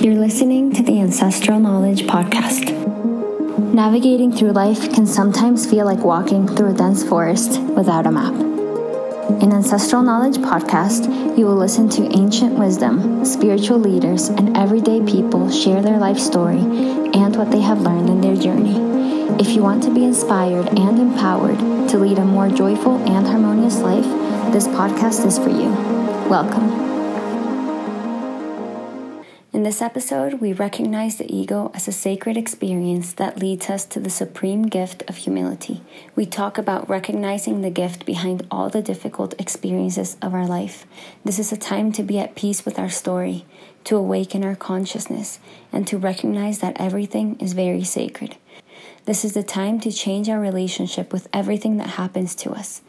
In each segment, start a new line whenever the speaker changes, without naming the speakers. You're listening to the Ancestral Knowledge Podcast. Navigating through life can sometimes feel like walking through a dense forest without a map. In Ancestral Knowledge Podcast, you will listen to ancient wisdom, spiritual leaders, and everyday people share their life story and what they have learned in their journey. If you want to be inspired and empowered to lead a more joyful and harmonious life, this podcast is for you. Welcome. In this episode, we recognize the ego as a sacred experience that leads us to the supreme gift of humility. We talk about recognizing the gift behind all the difficult experiences of our life. This is a time to be at peace with our story, to awaken our consciousness, and to recognize that everything is very sacred. This is the time to change our relationship with everything that happens to us.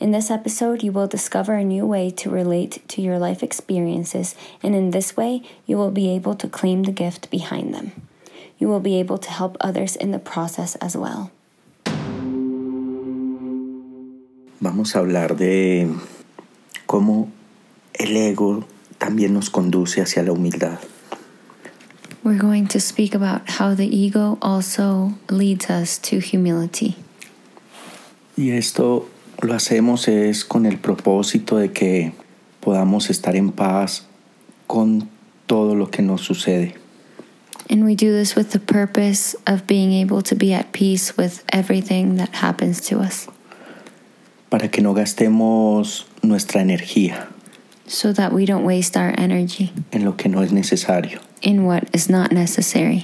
In this episode, you will discover a new way to relate to your life experiences, and in this way, you will be able to claim the gift behind them. You will be able to help others in the process as well.
Vamos a hablar de cómo el ego también nos conduce hacia la humildad.
We're going to speak about how the ego also leads us to humility.
Y esto lo hacemos es con el propósito de que podamos estar en paz con todo lo que nos sucede.
And we do this with the purpose of being able to be at peace with everything that happens to us
para que no gastemos nuestra energía
so that we don't waste our energy
en lo que no es necesario,
in what is not necessary,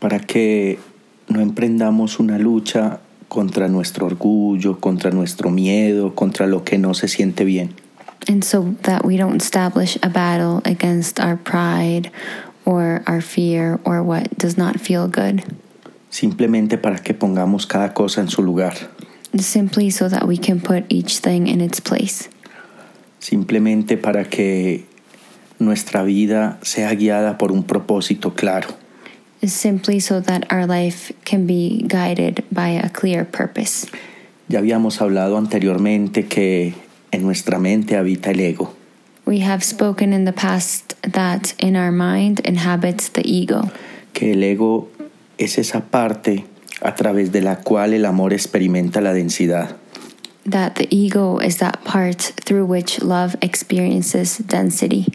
para que no emprendamos una lucha contra nuestro orgullo, contra nuestro miedo, contra lo que no se siente bien.
and so that we don't establish a battle against our pride or our fear or what does not feel good,
Simplemente para que pongamos cada cosa en su lugar.
simply so that we can put each thing in its place.
Simplemente para que nuestra vida sea guiada por un propósito claro.
simply so that our life can be guided by a clear purpose.
Ya habíamos hablado anteriormente que en nuestra mente habita el ego.
We have spoken in the past that in our mind inhabits the ego,
que el ego es esa parte a través de la cual el amor experimenta la densidad.
that the ego is that part through which love experiences density.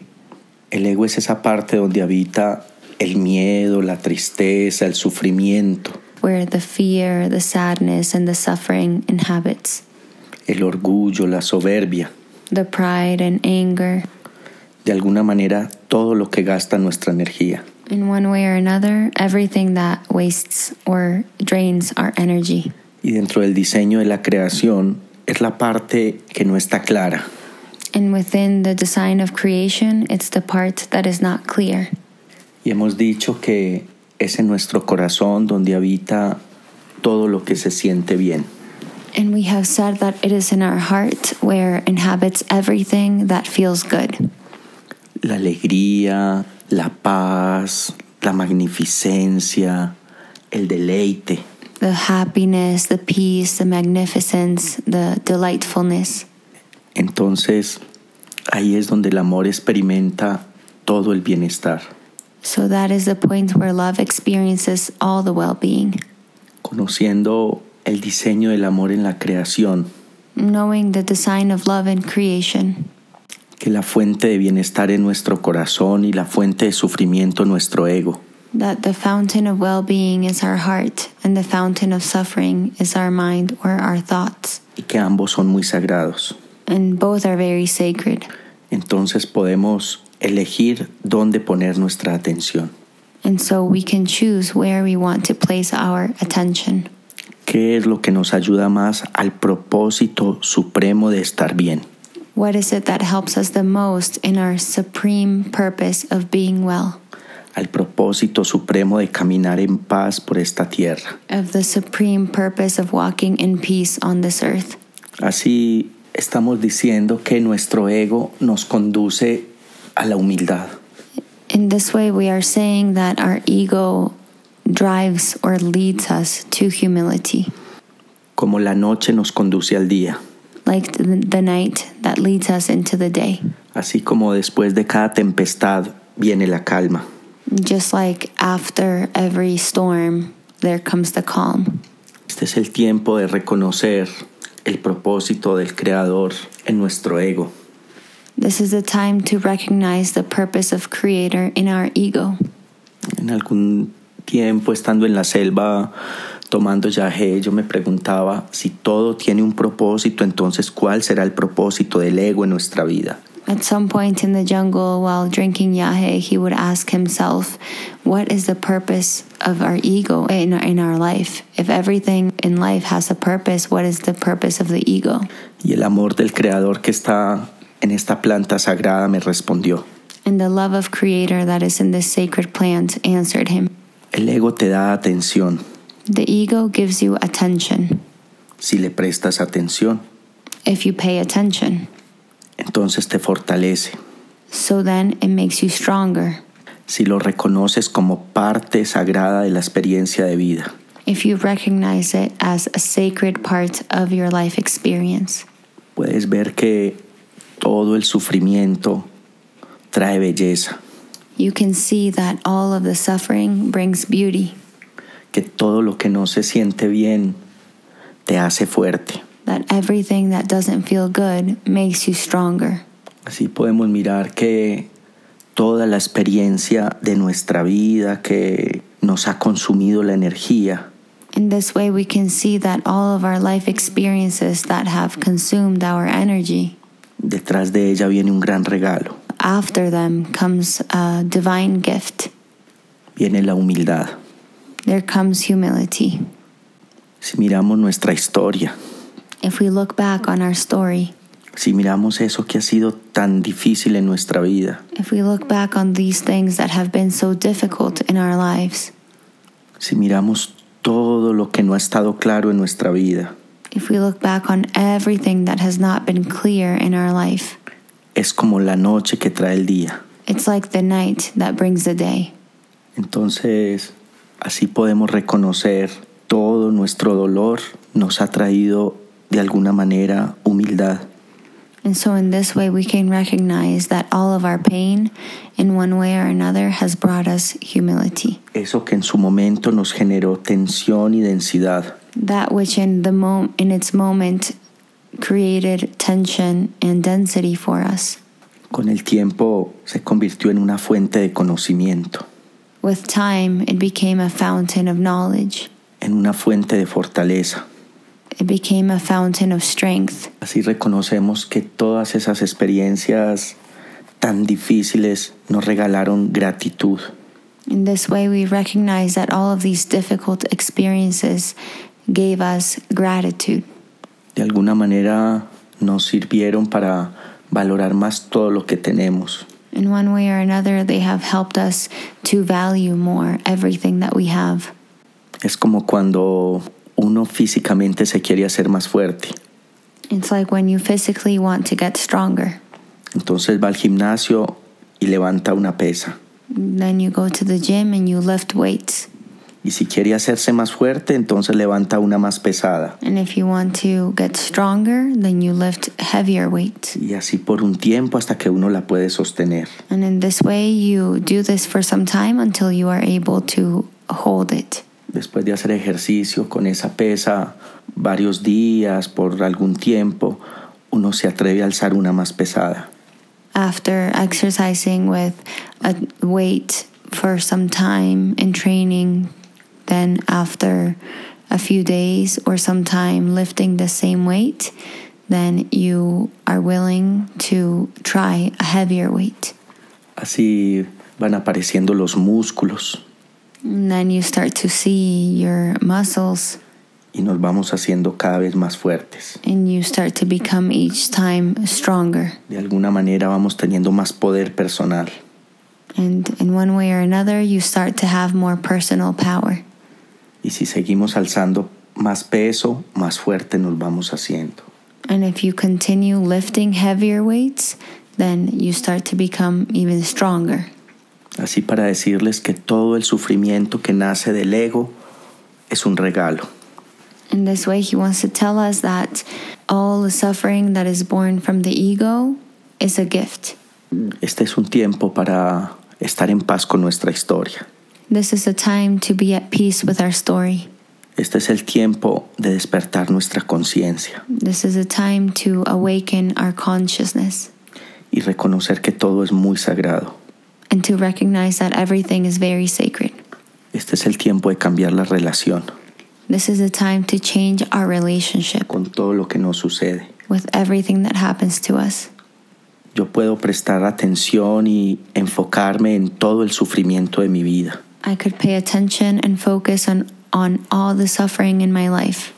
El ego es esa parte donde habita el miedo, la tristeza, el sufrimiento,
Where the fear, the sadness, and the suffering inhabits,
el orgullo, la soberbia,
the pride and anger.
de alguna manera todo lo que gasta nuestra energía.
In one way or another, everything that wastes or drains our energy.
Y dentro del diseño de la creación es la parte que no está clara,
And within the design of creation, it's the part that is not clear.
Y hemos dicho que es en nuestro corazón donde habita todo lo que se siente bien.
And we have said that it is in our heart where inhabits everything that feels good
La alegría, la paz, la magnificencia, el deleite.
the happiness, the peace, the magnificence, the delightfulness.
Entonces, ahí es donde el amor experimenta todo el bienestar.
So that is the point where love experiences all the well being.
Conociendo el diseño del amor en la creación,
Knowing the design of love in creation,
que la fuente de bienestar es nuestro corazón y la fuente de sufrimiento nuestro ego.
that the fountain of well being is our heart and the fountain of suffering is our mind or our thoughts.
y que ambos son muy sagrados.
And both are very sacred.
Entonces podemos elegir dónde poner nuestra atención.
And so we can choose where we want to place our attention.
¿Qué es lo que nos ayuda más al propósito supremo de estar bien?
What is it that helps us the most in our supreme purpose of being well,
Al propósito supremo de caminar en paz por esta tierra.
of the supreme purpose of walking in peace on this earth?
Así estamos diciendo que nuestro ego nos conduce a la humildad.
In this way, we are saying that our ego drives or leads us to humility,
Como la noche nos conduce al día.
like the, the night that leads us into the day.
Así como después de cada tempestad viene la calma.
Just like after every storm, there comes the calm.
Este es el tiempo de reconocer el propósito del Creador en nuestro ego.
This is the time to recognize the purpose of Creator in our ego.
En algún tiempo estando en la selva tomando yagé, yo me preguntaba si todo tiene un propósito, entonces cuál será el propósito del ego en nuestra vida.
At some point in the jungle while drinking yahe, he would ask himself, What is the purpose of our ego in our, in our life? If everything in life has a purpose, what is the purpose of the ego?
Y el amor del creador que está en esta planta sagrada me respondió.
And the love of Creator that is in this sacred plant answered him.
El ego te da atención
The ego gives you attention
si le prestas atención,
if you pay attention.
entonces te fortalece.
So then it makes you stronger.
Si lo reconoces como parte sagrada de la experiencia de vida,
If you recognize it as a sacred part of your life experience,
puedes ver que todo el sufrimiento trae belleza,
you can see that all of the suffering brings beauty,
que todo lo que no se siente bien te hace fuerte.
that everything that doesn't feel good makes you stronger.
Así podemos mirar que toda la experiencia de nuestra vida que nos ha consumido la energía,
In this way, we can see that all of our life experiences that have consumed our energy,
detrás de ella viene un gran regalo,
after them comes a divine gift.
viene la humildad.
There comes humility.
Si miramos nuestra historia,
If we look back on our story,
si miramos eso que ha sido tan difícil en nuestra vida,
if we look back on these things that have been so difficult in our lives,
si miramos todo lo que no ha estado claro en nuestra vida,
if we look back on everything that has not been clear in our life,
es como la noche que trae el día.
it's like the night that brings the day.
Entonces, así podemos reconocer todo nuestro dolor nos ha traído de alguna manera humildad.
And so, in this way, we can recognize that all of our pain, in one way or another, has brought us humility.
Eso que en su momento nos generó tensión y densidad,
That which, in the mo- in its moment, created tension and density for us.
con el tiempo se convirtió en una fuente de conocimiento,
With time, it became a fountain of knowledge.
en una fuente de fortaleza.
It became a fountain of strength.
Así reconocemos que todas esas experiencias tan difíciles nos regalaron gratitud,
In this way, we recognize that all of these difficult experiences gave us gratitude.
de alguna manera nos sirvieron para valorar más todo lo que tenemos.
In one way or another, they have helped us to value more everything that we have.
Es como cuando uno físicamente se quiere hacer más fuerte,
It's like when you physically want to get stronger,
entonces va al gimnasio y levanta una pesa.
then you go to the gym and you lift weights.
Y si quiere hacerse más fuerte, entonces levanta una más pesada.
And if you want to get stronger, then you lift heavier weights.
Y así por un tiempo hasta que uno la puede sostener.
And in this way, you do this for some time until you are able to hold it.
después de hacer ejercicio con esa pesa varios días, por algún tiempo, uno se atreve a alzar una más pesada.
After exercising with a weight for some time and training, then after a few days or some time lifting the same weight, then you are willing to try a heavier weight.
Así van apareciendo los músculos
And then you start to see your muscles
y nos vamos haciendo cada vez más fuertes.
and you start to become each time stronger.
De alguna manera vamos teniendo más poder personal.
And in one way or another, you start to have more personal power.
Y si seguimos alzando más peso, más fuerte nos vamos haciendo.
And if you continue lifting heavier weights, then you start to become even stronger.
Así para decirles que todo el sufrimiento que nace del ego es un regalo.
In this way, he wants to tell us that all the suffering that is born from the ego is a gift.
Este es un tiempo para estar en paz con nuestra historia.
This is a time to be at peace with our story.
Este es el tiempo de despertar nuestra conciencia
This is a time to awaken our consciousness
y reconocer que todo es muy sagrado.
and to recognize that everything is very sacred.
Este es el tiempo de cambiar la relación
This is a time to change our relationship
con todo lo que nos sucede.
with everything that happens to us.
Yo puedo prestar atención y enfocarme en todo el sufrimiento de mi vida,
I could pay attention and focus on, on all the suffering in my life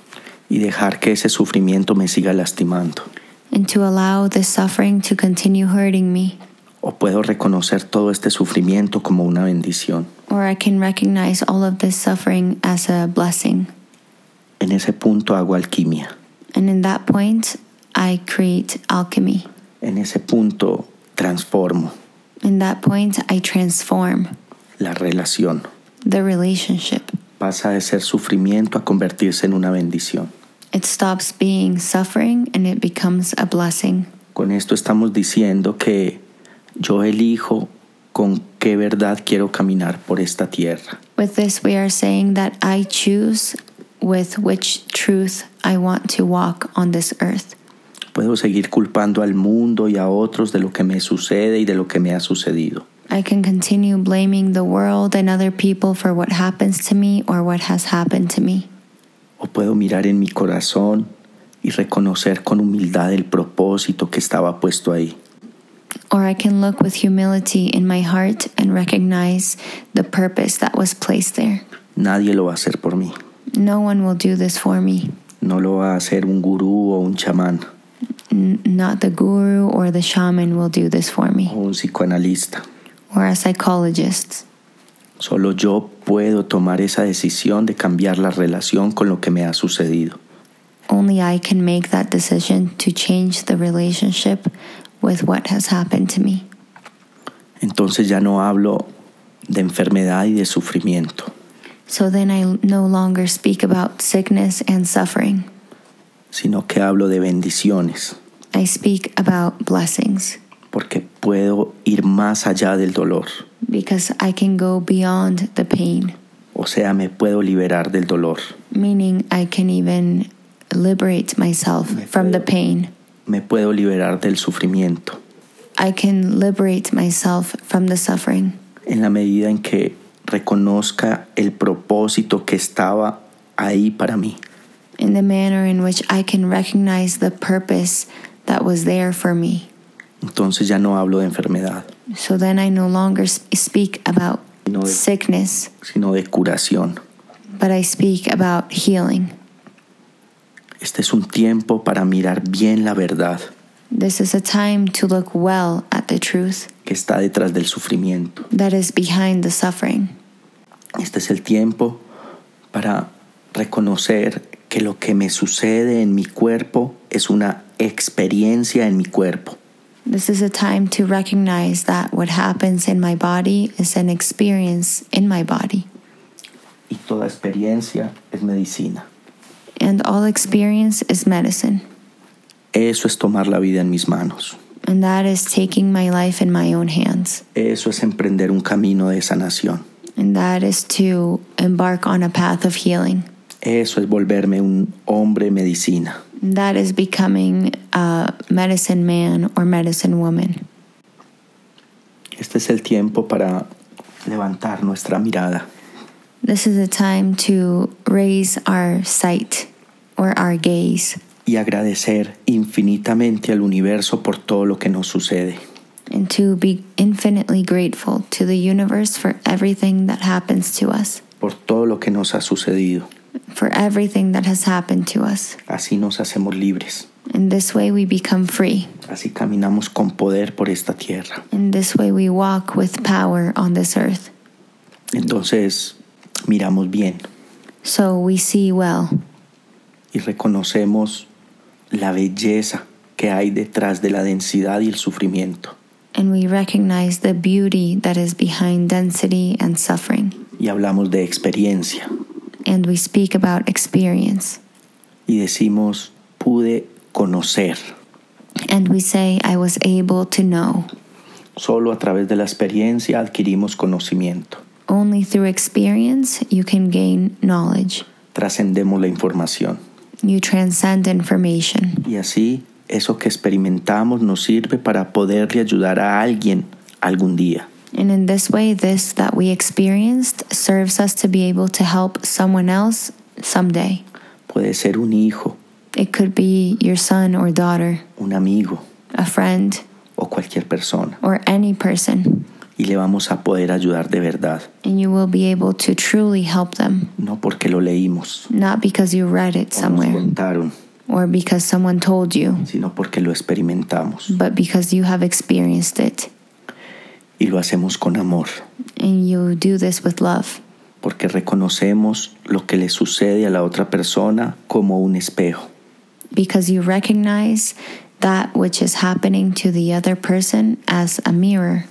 y dejar que ese sufrimiento me siga lastimando.
and to allow this suffering to continue hurting me.
O puedo reconocer todo este sufrimiento como una bendición.
Or I can recognize all of this suffering as a blessing.
En ese punto hago alquimia.
And in that point, I create alchemy.
En ese punto transformo
In that point, I transform
la relación.
the relationship.
Pasa de ser sufrimiento a convertirse en una bendición.
It stops being suffering and it becomes a blessing.
Con esto estamos diciendo que yo elijo con qué verdad quiero caminar por esta tierra.
With this, we are saying that I choose with which truth I want to walk on this earth.
Puedo seguir culpando al mundo y a otros de lo que me sucede y de lo que me ha sucedido.
I can continue blaming the world and other people for what happens to me or what has happened to me.
O puedo mirar en mi corazón y reconocer con humildad el propósito que estaba puesto ahí.
Or I can look with humility in my heart and recognize the purpose that was placed there.
Nadie lo va a hacer por mí.
No one will do this for me.
No lo va a hacer un gurú o un chamán
N- not the guru or the shaman will do this for
o
me,
un psicoanalista.
or a psychologist.
Solo yo puedo tomar esa decisión de cambiar la relación con lo que me ha sucedido.
Only I can make that decision to change the relationship with what has happened to me.
Entonces ya no hablo de enfermedad y de sufrimiento.
So then I no longer speak about sickness and suffering.
sino que hablo de bendiciones,
I speak about blessings
porque puedo ir más allá del dolor,
because I can go beyond the pain,
o sea, me puedo liberar del dolor,
meaning I can even liberate myself from the pain.
me puedo liberar del sufrimiento,
I can liberate myself from the suffering.
en la medida en que reconozca el propósito que estaba ahí para mí.
in the manner in which I can recognize the purpose that was there for me.
Entonces ya no hablo de enfermedad,
So then I no longer sp- speak about
No.
sickness,
sino de curación.
but I speak about healing.
Este es un tiempo para mirar bien la verdad
This is a time to look well at the truth
que está detrás del sufrimiento.
that is behind the suffering.
Este es el tiempo para reconocer que lo que me sucede en mi cuerpo es una experiencia en mi cuerpo.
This is a time to recognize that what happens in my body is an experience in my body,
Y toda experiencia es medicina.
and all experience is medicine.
Eso es tomar la vida en mis manos.
And that is taking my life in my own hands.
Eso es emprender un camino de sanación.
and that is to embark on a path of healing.
Eso es volverme un hombre medicina.
That is becoming a medicine man or medicine woman.
Este es el tiempo para levantar nuestra mirada
This is a time to raise our sight or our gaze
y agradecer infinitamente al universo por todo lo que nos sucede.
and to be infinitely grateful to the universe for everything that happens to us,
por todo lo que nos ha sucedido.
for everything that has happened to us.
Así nos hacemos libres.
In this way, we become free.
Así caminamos con poder por esta tierra.
In this way, we walk with power on this earth.
Entonces miramos bien
So we see well.
y reconocemos la belleza que hay detrás de la densidad y el sufrimiento.
and we recognize the beauty that is behind density and suffering.
Y hablamos de experiencia
And we speak about experience.
y decimos, pude conocer.
And we say, I was able to know.
Solo a través de la experiencia adquirimos conocimiento.
Only through experience you can gain knowledge.
Trascendemos la información.
You transcend information.
Y así eso que experimentamos nos sirve para poderle ayudar a alguien algún día.
And in this way, this that we experienced serves us to be able to help someone else someday.
Puede ser un hijo,
It could be your son or daughter,
un amigo
a friend,
o cualquier persona.
or any person,
Y le vamos a poder ayudar de verdad.
and you will be able to truly help them,
No porque lo leímos,
not because you read it
o nos
somewhere
contaron,
or because someone told you,
sino porque lo experimentamos.
but because you have experienced it.
Y lo hacemos con amor,
And you do this with love
porque reconocemos lo que le sucede a la otra persona como un espejo.
because you recognize that which is happening to the other person as a mirror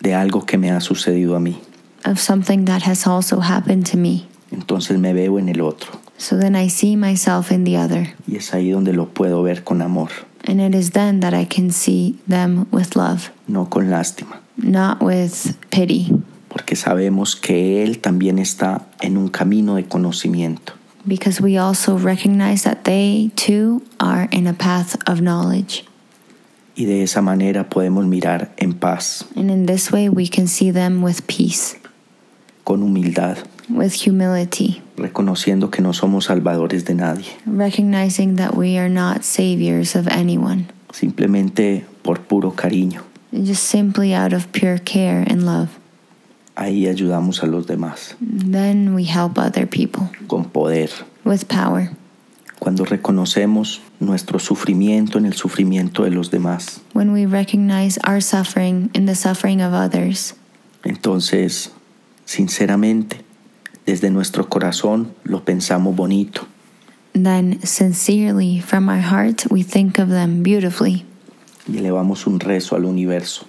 de algo que me ha sucedido a mí.
of something that has also happened to me.
Entonces me veo en el otro
So then I see myself in the other,
y es ahí donde lo puedo ver con amor,
and it is then that I can see them with love,
no con lástima,
not with pity,
porque sabemos que Él también está en un camino de conocimiento.
because we also recognize that they too are in a path of knowledge.
Y de esa manera podemos mirar en paz,
And in this way, we can see them with peace,
con humildad,
with humility,
reconociendo que no somos salvadores de nadie,
recognizing that we are not saviors of anyone,
simplemente por puro cariño.
just simply out of pure care and love.
Ahí ayudamos a los demás,
Then we help other people
con poder.
with power.
Cuando reconocemos nuestro sufrimiento en el sufrimiento de los demás,
When we recognize our suffering in the suffering of others,
Entonces, sinceramente, desde nuestro corazón lo pensamos bonito,
then sincerely from our heart we think of them beautifully
y elevamos un rezo al universo,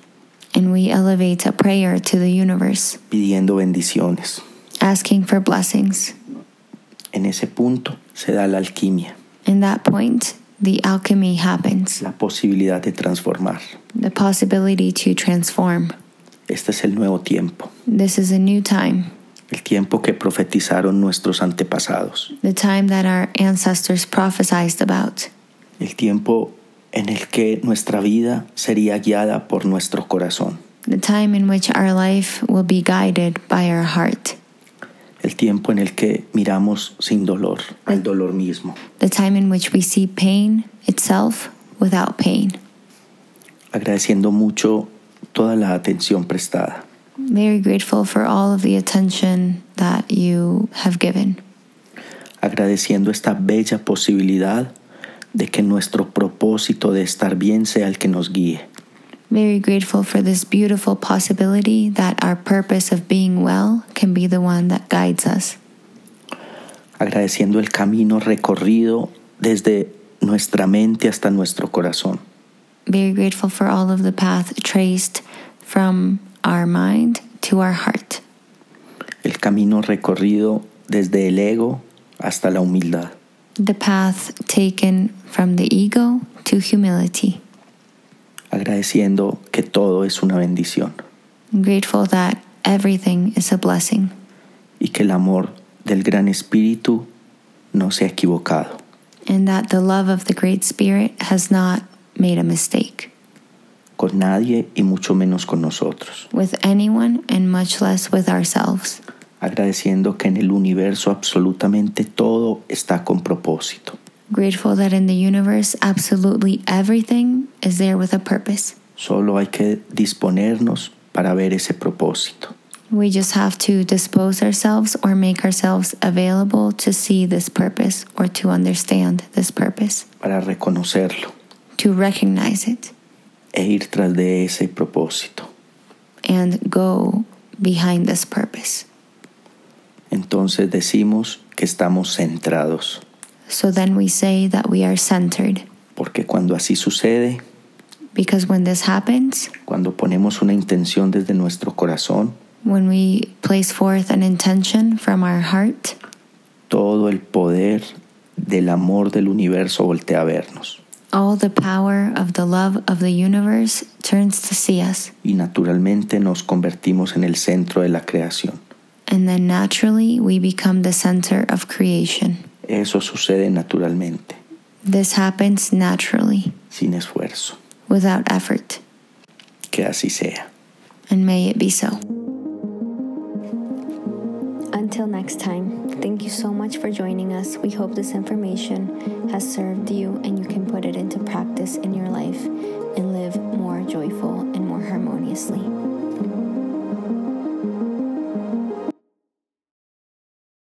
and we elevate a prayer to the universe,
pidiendo bendiciones.
asking for blessings.
En ese punto se da la alquimia,
In that point, the alchemy happens,
la posibilidad de transformar.
the possibility to transform.
Este es el nuevo tiempo,
This is a new time,
el tiempo que profetizaron nuestros antepasados,
the time that our ancestors prophesied about,
el tiempo en el que nuestra vida sería guiada por nuestro corazón,
the time in which our life will be guided by our heart,
el tiempo en el que miramos sin dolor al dolor mismo.
the time in which we see pain itself without pain.
agradeciendo mucho toda la atención prestada.
Very grateful for all of the attention that you have given.
agradeciendo esta bella posibilidad de que nuestro propósito de estar bien sea el que nos guíe.
Very grateful for this beautiful possibility that our purpose of being well can be the one that guides us.
Agradeciendo el camino recorrido desde nuestra mente hasta nuestro corazón.
Very grateful for all of the path traced from our mind to our heart.
El camino recorrido desde el ego hasta la humildad.
The path taken from the ego to humility.
Agradeciendo que todo es una bendición
I'm grateful that everything is a blessing
y que el amor del Gran Espíritu no se ha equivocado.
and that the love of the Great Spirit has not made a mistake.
Con nadie y mucho menos con nosotros.
with anyone and much less with ourselves,
agradeciendo que en el universo absolutamente todo está con propósito.
grateful that in the universe, absolutely everything is there with a purpose.
Solo hay que disponernos para ver ese propósito.
We just have to dispose ourselves or make ourselves available to see this purpose or to understand this purpose,
para reconocerlo
to recognize it,
e ir tras de ese propósito.
and go behind this purpose.
Entonces decimos que estamos centrados,
So then we say that we are centered,
porque cuando así sucede,
because when this happens,
cuando ponemos una intención desde nuestro corazón,
when we place forth an intention from our heart,
todo el poder del amor del universo voltea a vernos.
All the power of the love of the universe turns to see us,
y naturalmente nos convertimos en el centro de la creación.
and then naturally we become the center of creation.
Eso sucede naturalmente,
This happens naturally,
sin esfuerzo.
without effort,
Que así sea.
and may it be so. Until next time, thank you so much for joining us. We hope this information has served you and you can put it into practice in your life and live more joyful and more harmoniously.